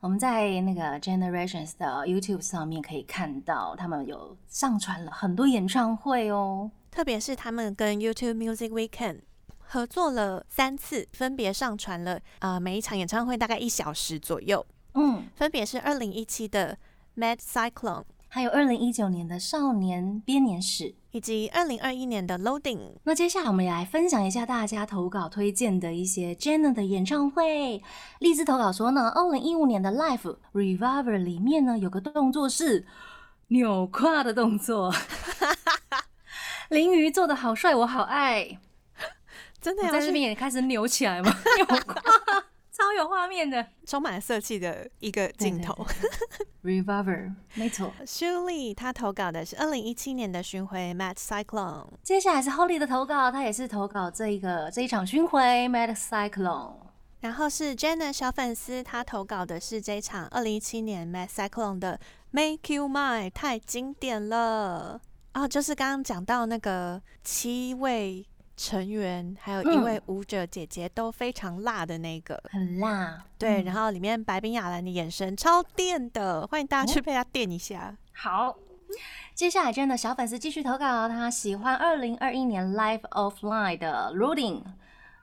S2: 我们在那个 Generations 的 YouTube 上面可以看到，他们有上传了很多演唱会哦。
S3: 特别是他们跟 YouTube Music Weekend 合作了三次，分别上传了呃每一场演唱会大概一小时左右，
S2: 嗯，
S3: 分别是二零一七的 Mad Cyclone
S2: 还有二零一九年的少年编年史。
S3: 以及二零二一年的 Loading。
S2: 那接下来我们也来分享一下大家投稿推荐的一些 Jenna 的演唱会。荔枝投稿说呢，二零一五年的 Life Reviver 里面呢有个动作是扭胯的动作， 林瑜做的好帅，我好爱。
S3: 真的
S2: 你
S3: 有
S2: 哦在视频也开始扭起 来吗？扭胯，超有画面的。
S3: 充满了色气的一个镜头。
S2: Revolver，没错。
S3: Shirley 她投稿的是二零一七年的巡回 Mad Cyclone。
S2: 接下来是 Holly 的投稿，她也是投稿这一个这一场巡回 Mad Cyclone。
S3: 然后是 Jenna 小粉丝，她投稿的是这一场二零一七年 Mad Cyclone 的 Make You Mine，太经典了。哦，就是刚刚讲到那个七位成员，还有一
S2: 嗯
S3: 位舞者姐姐都非常辣的那个。
S2: 很辣，
S3: 对，然后里面白冰雅兰的眼神超电的，欢迎大
S2: 哦
S3: 家去被她电一下。
S2: 好。接下来，真的小粉丝继续投稿，他喜欢二零二一年 Live Offline 的 Loading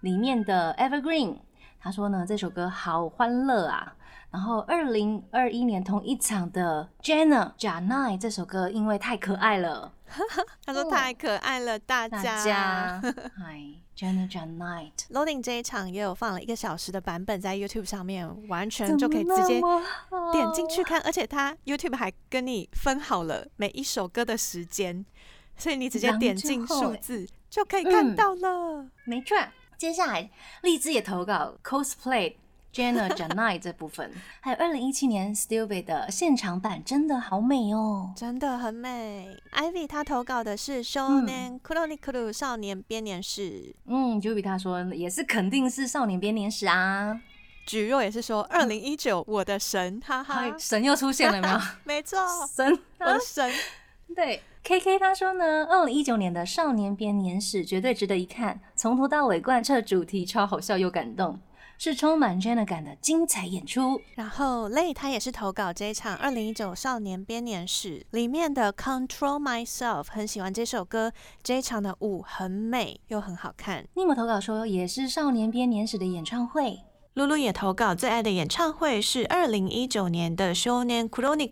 S2: 里面的 Evergreen。他说呢，这首歌好欢乐啊。然后二零二一年同一场的 Jenna Janai 这首歌，因为太可爱了，
S3: 她说
S2: 哦
S3: 太可爱了，大
S2: 大
S3: 家。
S2: 家 嗨，Jenna Janai。
S3: Loading 这一场也有放了一个小时的版本在 YouTube 上面，完全就可以直接点进
S2: 哦
S3: 去看，而且它 YouTube 还跟你分好了每一首歌的时间，所以你直接
S2: 然
S3: 点
S2: 之
S3: 进
S2: 后
S3: 数
S2: 欸
S3: 字就可以
S2: 嗯
S3: 看到了。
S2: 没错。接下来，荔枝也投稿 cosplay Jenna Janai 这部 分，还有二零一七年 Stupid 的现场版，真的好美哦。
S3: 真的很美。Ivy 她投稿的是《少年 Chronicle》少年编年史，
S2: 嗯，就比他说也是，肯定是少年编年史啊。
S3: 举若也是说二零一九我的神，哈啊
S2: 嗨
S3: 哈，，
S2: 神又出现了有 没有？
S3: 没错，
S2: 神，
S3: 我的神。
S2: 对。K K 他说呢，二零一九年的少年编年史绝对值得一看，从头到尾贯彻主题，超好笑又感动，是充满 Jenna 感的精彩演出。
S3: 然后 Lay 他也是投稿这一场二零一九少年编年史里面的《Control Myself》，很喜欢这首歌。这一场的舞很美又很好看。
S2: 你有没有投稿说也是少年编年史的演唱会？
S3: 露露也投稿最爱的演唱会是二零一九年的《少年 Chronicle》。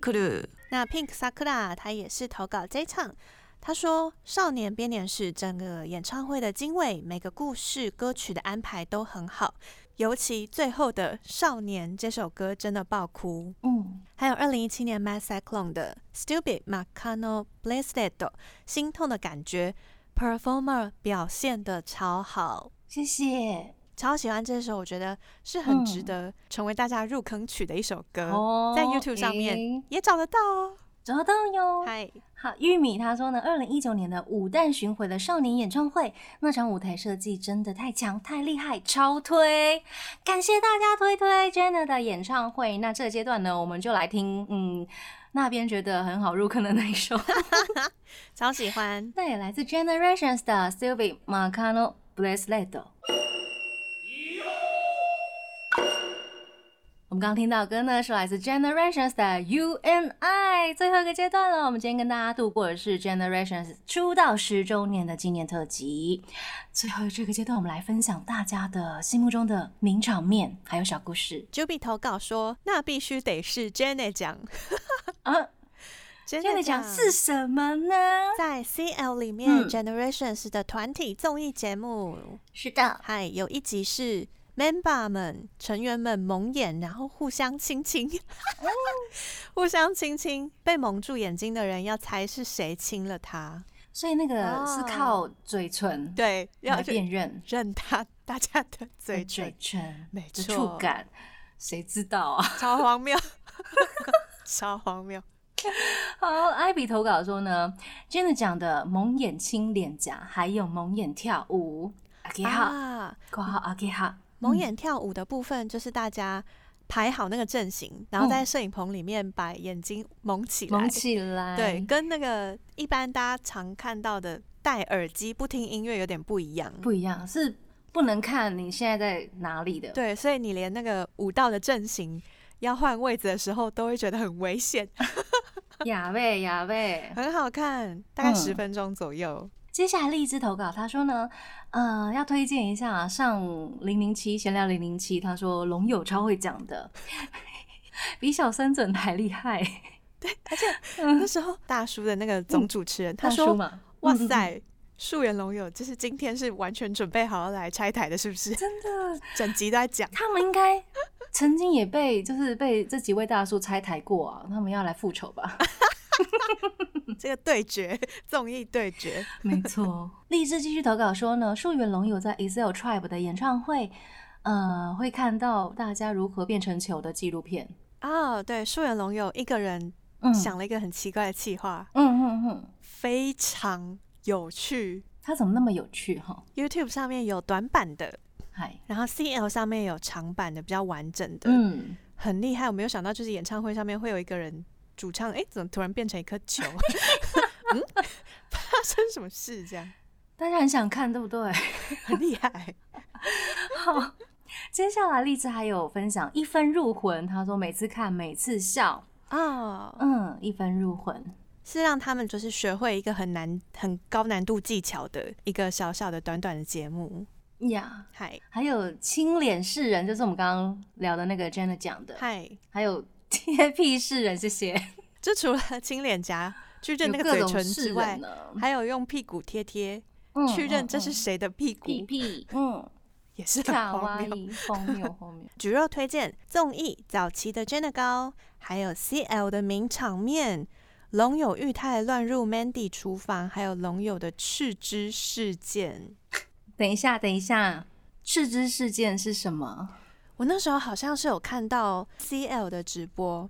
S3: 那 Pink Sakura 她也是投稿这一场，她说《少年编年史》整个演唱会的精纬，每个故事歌曲的安排都很好，尤其最后的《少年》这首歌真的爆哭。
S2: 嗯，
S3: 还有二零一七年 Mad Cyclone 的 Stupid Macano Blessed 心痛的感觉，Performer 表现的超好，
S2: 谢谢。
S3: 超喜欢这首，我觉得是很值
S2: 嗯
S3: 得成为大家入坑曲的一首歌，
S2: 哦
S3: 在 YouTube 上面
S2: 诶
S3: 也找得到哦。
S2: 找到哟。
S3: 嗨，
S2: 好，玉米他说呢，二零一九年的五代巡回的少年演唱会那场舞台设计真的太强太厉害，超推！感谢大家推推 Jenna 的演唱会。那这个阶段呢，我们就来听，嗯，那边觉得很好入坑的那一首，
S3: 超喜欢。
S2: 那也来自 Generations 的 Sylvie Marcano Blessed。我们刚刚听到的歌呢，是来自 Generations 的 You and I。最后一个阶段了，我们今天跟大家度过的是 Generations 出道十周年的纪念特辑。最后这个阶段，我们来分享大家的心目中的名场面，还有小故事。
S3: Juby 投稿说，那必须得是 Jenny 奖
S2: 啊，现在
S3: ，Jenny
S2: 讲是什么呢？
S3: 在 CL 里面、
S2: 嗯
S3: Generations 的团体综艺节目，
S2: 是的，
S3: 嗨，有一集是 member 们、成员们蒙眼，然后互相亲亲，
S2: 哦
S3: 互相亲亲。被蒙住眼睛的人要猜是谁亲了他，
S2: 所以那个是
S3: 哦
S2: 靠嘴唇
S3: 对，要
S2: 来
S3: 去
S2: 辨认
S3: 认他大家的嘴
S2: 对
S3: 唇
S2: 嘴，唇
S3: 没
S2: 的
S3: 错
S2: 触感，谁知道啊？
S3: 超荒谬， 超荒谬。
S2: 好，艾比投稿说呢，Jenna 讲的蒙眼亲脸颊，还有蒙眼跳舞，阿给哈，
S3: 啊，
S2: 括号阿给哈，
S3: 蒙眼跳舞的部分就是大家排好那个阵型，然后在摄影棚里面把眼睛蒙起
S2: 嗯
S3: 来，
S2: 蒙起来，
S3: 对，，跟那个一般大家常看到的戴耳机不听音乐有点不一样。
S2: 不一样，是不能看你现在在哪里的，
S3: 对，所以你连那个舞蹈的阵型要换位子的时候，都会觉得很危险。
S2: 呀喂呀 喂，
S3: 很好看，大概
S2: 嗯
S3: 十分钟左右。
S2: 接下来荔枝投稿，他说呢，呃，要推荐一下、上零零七闲聊零零七，他说龙友超会讲的， 比小三准还厉害。
S3: 那时候大叔的那个总主持人，他
S2: 大叔
S3: 说
S2: 嘛，：“
S3: 哇
S2: 嗯嗯嗯
S3: 塞，树原龙友就是今天是完全准备好要来拆台的，是不是？
S2: 真的，
S3: 整集都在讲。
S2: 他们应该曾经也被就是被这几位大叔拆台过啊，他们要来复仇吧？
S3: 这个对决，综艺对决，
S2: 没错，荔枝继续投稿说呢，树原龙友在 Excel Tribe 的演唱会，呃，会看到大家如何变成球的纪录片。
S3: 哦，对，树原龙友一个人
S2: 嗯，
S3: 想了一个很奇怪的计划，
S2: 嗯嗯嗯，
S3: 非常有趣。
S2: 他怎么那么有趣哈？
S3: YouTube 上面有短版的，
S2: 嗨，
S3: 然后 CL 上面有长版的，比较完整的，
S2: 嗯。
S3: 很厉害。我没有想到，就是演唱会上面会有一个人主唱，哎，怎么突然变成一颗球？ 嗯， 发生什么事？这样
S2: 大家很想看，对不对？
S3: 很厉害。
S2: 好，接下来荔枝还有分享一分入魂，他说每次看每次笑，
S3: 哦，
S2: 嗯，一分入魂，
S3: 是让他们就是学会一个很难、很高难度技巧的一个小小的、短短的节目。
S2: 呀、
S3: 嗨
S2: 还有亲脸示人，就是我们刚刚聊的那个 Jenna 讲的，
S3: 嗨，
S2: 还有贴 屁示人，谢谢，
S3: 就除了亲脸颊、去认那
S2: 有
S3: 个
S2: 各
S3: 嘴
S2: 种
S3: 唇
S2: 示
S3: 之外
S2: 人，呢，
S3: 还有用屁股贴贴、
S2: 嗯
S3: 去认这
S2: 嗯
S3: 是
S2: 嗯
S3: 谁的屁股，
S2: 屁屁， 嗯，
S3: 也是很
S2: 卡哇
S3: 荒谬。
S2: 伊，荒谬荒谬，
S3: 菊肉推荐综艺早期的 Jenna 高，还有 CL 的名场面，龙友裕太乱入 Mandy 厨房，还有龙友的斥资事件。
S2: 等一下，等一下，斥资事件是什么？
S3: 我那时候好像是有看到 CL 的直播。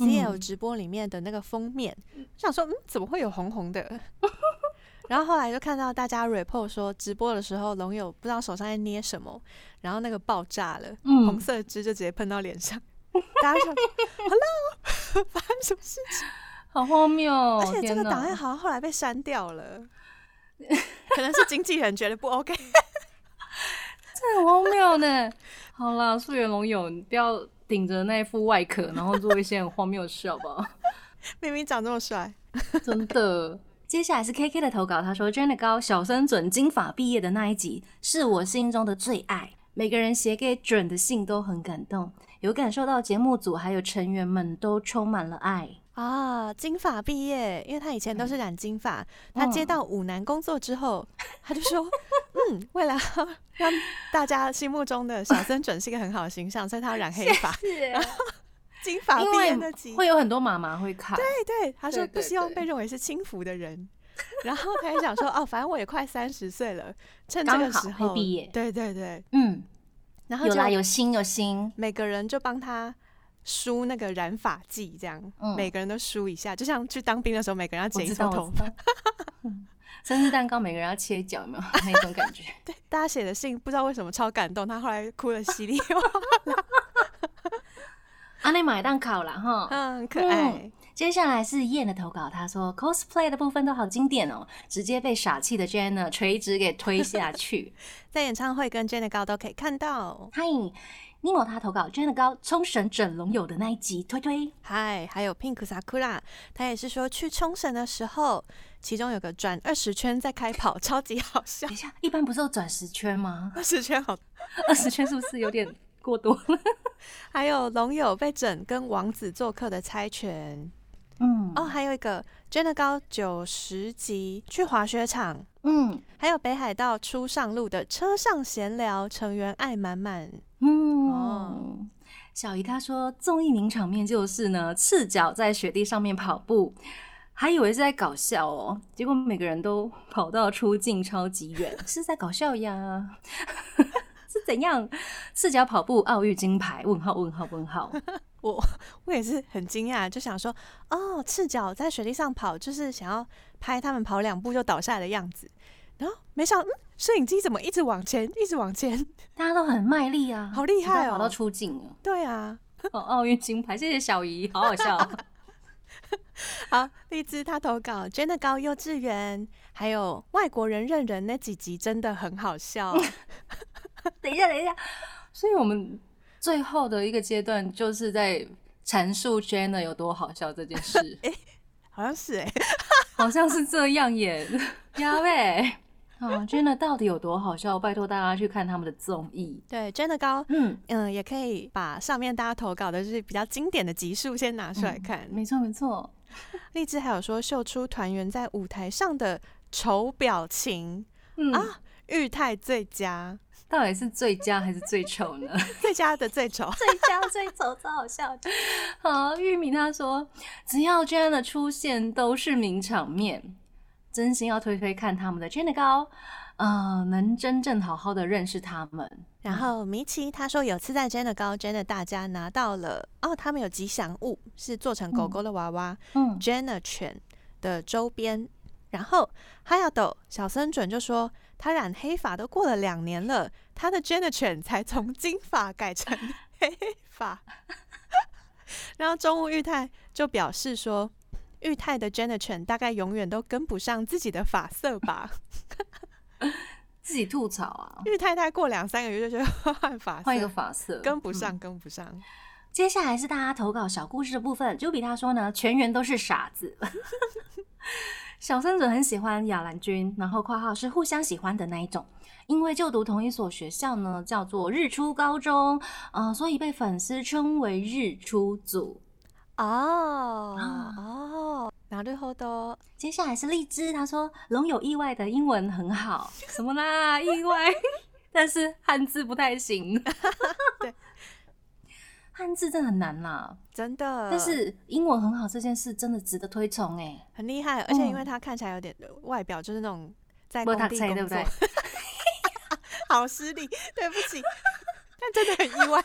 S2: 嗯
S3: CL 直播里面的那个封面，想说嗯，怎么会有红红的？ 然后后来就看到大家 report 说，直播的时候龙友不知道手上在捏什么，然后那个爆炸了，
S2: 嗯
S3: 红色汁就直接喷到脸上， 大家想说 hello，发 生什么事情？
S2: 好荒谬哦！
S3: 而且这
S2: 天
S3: 个
S2: 哪
S3: 档案好像后来被删掉了，可能是经纪人觉得不 OK。
S2: 很荒谬呢。好啦，素媛龙友，你不要顶着那一副外壳，然后做一些很荒谬的事，好不好？
S3: 明明长这么帅，
S2: 真的。接下来是 K K 的投稿，他说 Jenna 高小生准金发毕业的那一集是我心中的最爱，每个人写给准的信都很感动，有感受到节目组还有成员们都充满了 爱。
S3: 啊，金发毕业，因为他以前
S2: 嗯
S3: 都是染金发。他接到舞男工作之后， 他就说：“嗯，为了要让大家心目中的小森准是一个很好的形象，所以他要染黑发。
S2: 是，
S3: 金发
S2: 因
S3: 毕业那
S2: 为
S3: 集，
S2: 会有很多妈妈会看，
S3: 对对，他说
S2: 对
S3: 不
S2: 对
S3: 希望
S2: 对
S3: 被认为是轻浮的人。”然后他也想说：“哦，反正我也快三十岁了，趁这
S2: 刚
S3: 个
S2: 好
S3: 时
S2: 会
S3: 候
S2: 毕业
S3: 对对对，
S2: 嗯，
S3: 然后
S2: 有
S3: 就
S2: 啦，有心有心，
S3: 每个人就帮他梳那个染发剂，这样、
S2: 嗯
S3: 每个人都梳一下，就像去当兵的时候，每个人要
S2: 我
S3: 剪一
S2: 知
S3: 撮
S2: 道，
S3: 头
S2: 我
S3: 发。
S2: 知道。嗯 生日蛋糕每个人要切一角，有没有那种 感觉？
S3: 大家写的信不知道为什么超感动，他后来哭的稀里哗啦，
S2: 阿内啊买蛋烤啦哈。
S3: 嗯，可爱。
S2: 接下来是燕的投稿，她说 cosplay 的部分都好经典哦，直接被傻气的 Jenna 垂直给推下去。
S3: 在演唱会跟 Jenna 高都可以看到。
S2: 嗨，尼莫他投稿 Jenna 高冲绳整容有的那一集，推推。
S3: 嗨，还有 Pink Sakura，他也是说去冲绳的时候，其中有个转二十圈再开跑，超级好笑
S2: 等。一下，一般不是有转十圈吗？
S3: 二十圈好，
S2: 二十圈是不是有点过多了？
S3: 还有龙友被整跟王子做客的猜拳
S2: 嗯，
S3: 哦，还有一个 Jenna 高九十集去滑雪场，
S2: 嗯，
S3: 还有北海道初上路的车上闲聊，成员爱满满。
S2: 嗯，
S3: 哦
S2: 小姨她说，综艺名场面就是呢，赤脚在雪地上面跑步，还以为是在搞笑哦，结果每个人都跑到出境超级 远，是在搞笑呀？ 是怎样？赤脚跑步奥运金牌？问号问号问号！
S3: 我我也是很惊讶，就想说，哦，赤脚在雪地上跑，就是想要拍他们跑两步就倒下来的样子。然后没想到，嗯，摄影机怎么一直往前，一直往前？
S2: 大家都很卖力啊，
S3: 好厉害哦
S2: 直到跑到出境了，
S3: 对啊，
S2: 哦，奥运金牌，谢谢小姨，好好 笑。
S3: 好，荔枝他投稿真的高幼稚园，还有外国人认人那几集真的很好笑。
S2: 等一下，等一下。所以我们最后的一个阶段就是在阐述 Jenna 有多好笑这件事，
S3: 好像是哎、
S2: 好像是这样 耶，呀喂，啊，Jenna 到底有多好笑？拜托大家去看他们的综艺。
S3: 对，真的高，
S2: 嗯，
S3: 嗯，也可以把上面大家投稿的就是比较经典的集数先拿出
S2: 嗯
S3: 来看。
S2: 没错没错，
S3: 荔枝还有说秀出团员在舞台上的丑表情、
S2: 嗯，
S3: 啊，玉泰最佳，
S2: 到底是最佳还是最丑呢？
S3: 最佳的最 丑。
S2: 最佳最丑，超好笑的。 好，玉米他说，只要 Jenna 的出现都是名场面，真心要推推看他们的 Jenna 高，呃，能真正好好的认识他们。
S3: 然后米奇他说有次在 Jenna 高 Jenna 大家拿到了哦，他们有吉祥物是做成狗狗的娃娃、
S2: 嗯
S3: Jenna 犬的周边。然后哈亚斗小森准就说他染黑发都过了两年了，他的 Jenna 犬才从金发改成黑发。 然后中务裕太就表示说，裕太的 Jenna 犬大概永远都跟不上自己的发色吧。
S2: 自己吐槽啊，
S3: 裕太太过两三个月就觉得 换发色，
S2: 换一个发色，
S3: 跟不
S2: 嗯
S3: 上，跟不上。
S2: 接下来是大家投稿小故事的部分。朱比他说呢，全员都是傻子。 小森准很喜欢雅兰君，然后括号是互相喜欢的那一种，因为就读同一所学校呢，叫做日出高中，呃，所以被粉丝称为日出组。
S3: 哦
S2: 啊
S3: 哦，なるほど。
S2: 接下来是荔枝，他说龙有意外的英文很好，什么啦意外，但是汉字不太行。
S3: 对，
S2: 汉字真的很难啦，
S3: 真的，
S2: 但是英文很好这件事真的值得推崇哎、
S3: 很厉害，而且因为
S2: 嗯
S3: 他看起来有点外表就是那种在
S2: 不
S3: 工
S2: 打
S3: 地
S2: 菜
S3: 工
S2: 对
S3: 作，
S2: 不对
S3: 好失礼，对不起， 但真的很意外，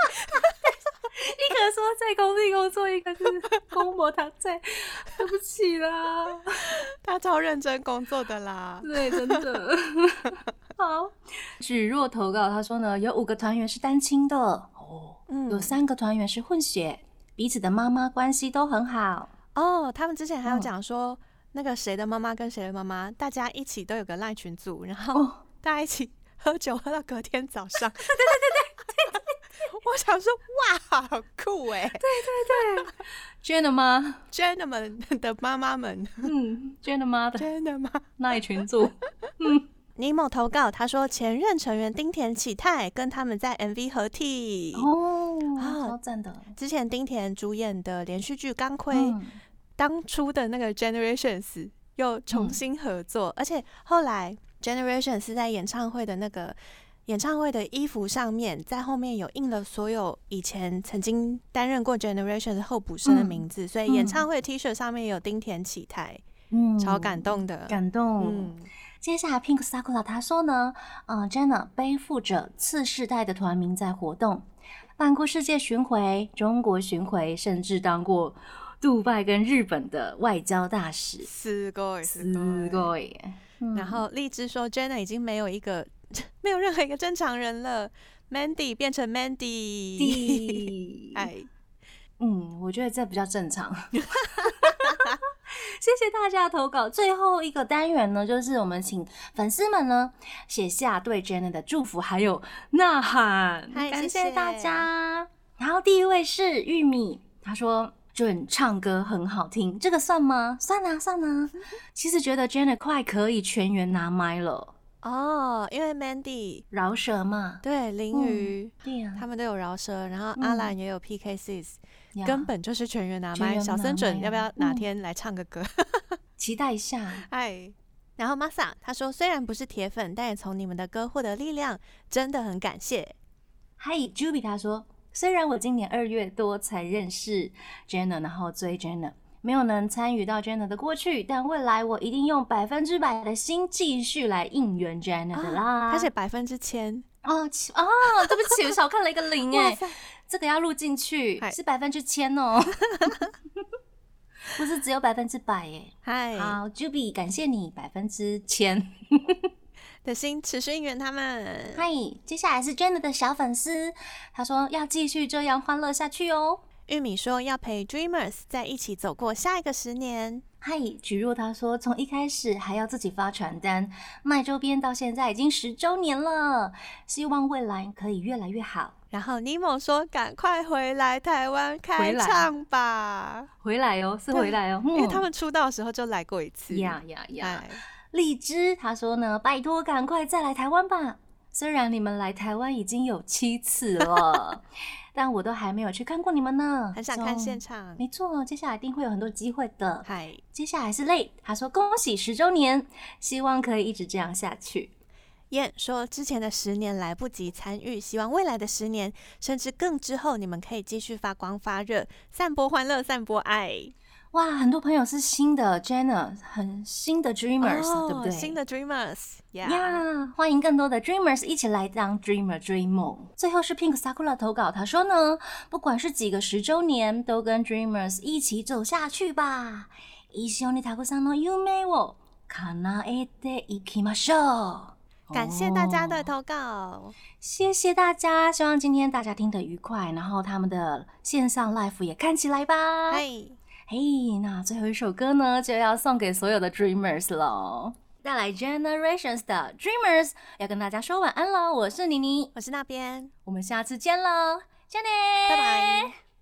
S2: 一个说在工地工作，一个是公婆打菜，对不起啦。
S3: 他超认真工作的啦。
S2: 对，真的。 好，许若投稿，他说呢，有五个团员是单亲的哦，
S3: 嗯
S2: 有三个团员是混血，彼此的妈妈关系都很好。
S3: 哦，他们之前还有
S2: 嗯
S3: 讲说，那个谁的妈妈跟谁的妈妈，大家一起都有个赖群组，然后
S2: 哦
S3: 大家一起喝酒喝到隔天早上。 对对对对 对，我想说哇，好酷哎
S2: Jenna 妈，
S3: ，Jenna 们的妈妈们
S2: 嗯，Jenna 妈 的
S3: ，Jenna 妈。
S2: 那一群组，
S3: 尼莫投稿，他说前任成员丁田启泰跟他们在 MV 合体。
S2: 哦，
S3: 啊
S2: 超赞的。
S3: 之前丁田主演的连续剧《钢盔》，
S2: 嗯，
S3: 当初的那个 Generations 又重新合作，而且后来 Generations 在演唱会的那个演唱会的衣服上面，在后面有印了所有以前曾经担任过 Generations 候补生的名字，所以演唱会 T 恤上面有丁田启泰，
S2: 嗯
S3: 超感动的。
S2: 感动。
S3: 嗯，
S2: 接下来，Pink Sakura 他说呢，呃，Jenna 背负着次世代的团名在活动，办过世界巡回、中国巡回，甚至当过杜拜跟日本的外交大使。
S3: すごいす
S2: す
S3: ごい。
S2: ごい耶。嗯
S3: 然后荔枝说，Jenna 已经没有一个 没有任何一个正常人了，Mandy 变成 Mandy，
S2: D，
S3: 哎，
S2: 嗯，我觉得这比较正常。 谢谢大家的投稿。最后一个单元呢，就是我们请粉丝们呢写下对 Jenna 的祝福，还有呐喊。
S3: 嗨
S2: 感
S3: 谢谢
S2: 谢大家。然后第一位是玉米，他说。准唱歌很好听，这个算吗？算啊，算啊。其实觉得 Jenna 快可以全员拿麦了，
S3: 哦，因为 Mandy
S2: 饶舌嘛。
S3: 对林
S2: 嗯
S3: 宇、
S2: 对呀、
S3: 他们都有饶舌，然后阿
S2: 嗯
S3: 兰也有 PK Six，、
S2: 呀
S3: 根本就是全员拿
S2: 全
S3: 麦。
S2: 员
S3: 小
S2: 拿
S3: 森准
S2: 麦
S3: 要不要哪
S2: 嗯
S3: 天来唱个歌？
S2: 期待一下。
S3: 哎。然后 Masa 他说，虽然不是铁粉，但也从你们的歌获得力量，真的很感谢。
S2: 嗨 j u b i 他说，虽然我今年二月多才认识 Jenna，然后追 Jenna，没有能参与到 Jenna 的过去，但未来我一定用百分之百的心继续来应援 Jenna 的啦。
S3: 啊他写百分之千，
S2: 哦其哦，对不起，我少看了一个零哎
S3: 哇塞，
S2: 这个要录进去
S3: 嗨
S2: 是百分之千 哦，不是只有百分之百耶。
S3: 嗨，
S2: 好 j u b i 感谢你百分之千。
S3: 的心持续应援他们。
S2: 嗨，接下来是 Jenna 的小粉丝，他说要继续这样欢乐下去哦。
S3: 玉米说要陪 Dreamers 在一起走过下一个十年。
S2: 嗨，举若他说，从一开始还要自己发传单、卖周边，到现在已经十周年了，希望未来可以越来越好。
S3: 然后 Nemo 说：“赶快回来台湾
S2: 回
S3: 开
S2: 来
S3: 唱吧
S2: 回来哦，是
S3: 回
S2: 来哦，！”
S3: 因为他们出道的时候就来过一次。
S2: 呀呀呀！
S3: 哎，
S2: 荔枝他说呢，拜托赶快再来台湾吧。虽然你们来台湾已经有七次 了，但我都还没有去看过你们呢，
S3: 很想看现
S2: 场。
S3: 场。
S2: 没错，接下来一定会有很多机会的。
S3: 嗨，
S2: 接下来是 Late，他说恭喜十周年，希望可以一直这样下去。
S3: 燕说：“之前的十年来不及参与，希望未来的十年，甚至更之后，你们可以继续发光发热，散播欢乐，散播爱。
S2: 哇，很多朋友是新的 Jenna，很新的 Dreamers，、对不对？
S3: 哦新的 Dreamers，yeah，
S2: 呀欢迎更多的 Dreamers 一起来当 Dreamer 追梦。最后是 Pink Sakura 投稿，他说呢，不管是几个十周年，都跟 Dreamers 一起走下去吧。一緒にたくさんの夢を叶えていきましょう。
S3: 感谢大家的
S2: 哦
S3: 投稿。
S2: 谢谢大家，希望今天大家听得愉快，然后他们的线上 live 也看起来吧。
S3: 嗨、
S2: 嘿那最后一首歌呢，就要送给所有的 Dreamers 喽。带来 Generations 的 Dreamers 要跟大家说晚安喽，我是妮妮，
S3: 我是那边，
S2: 我们下次见喽，再见，
S3: 拜拜。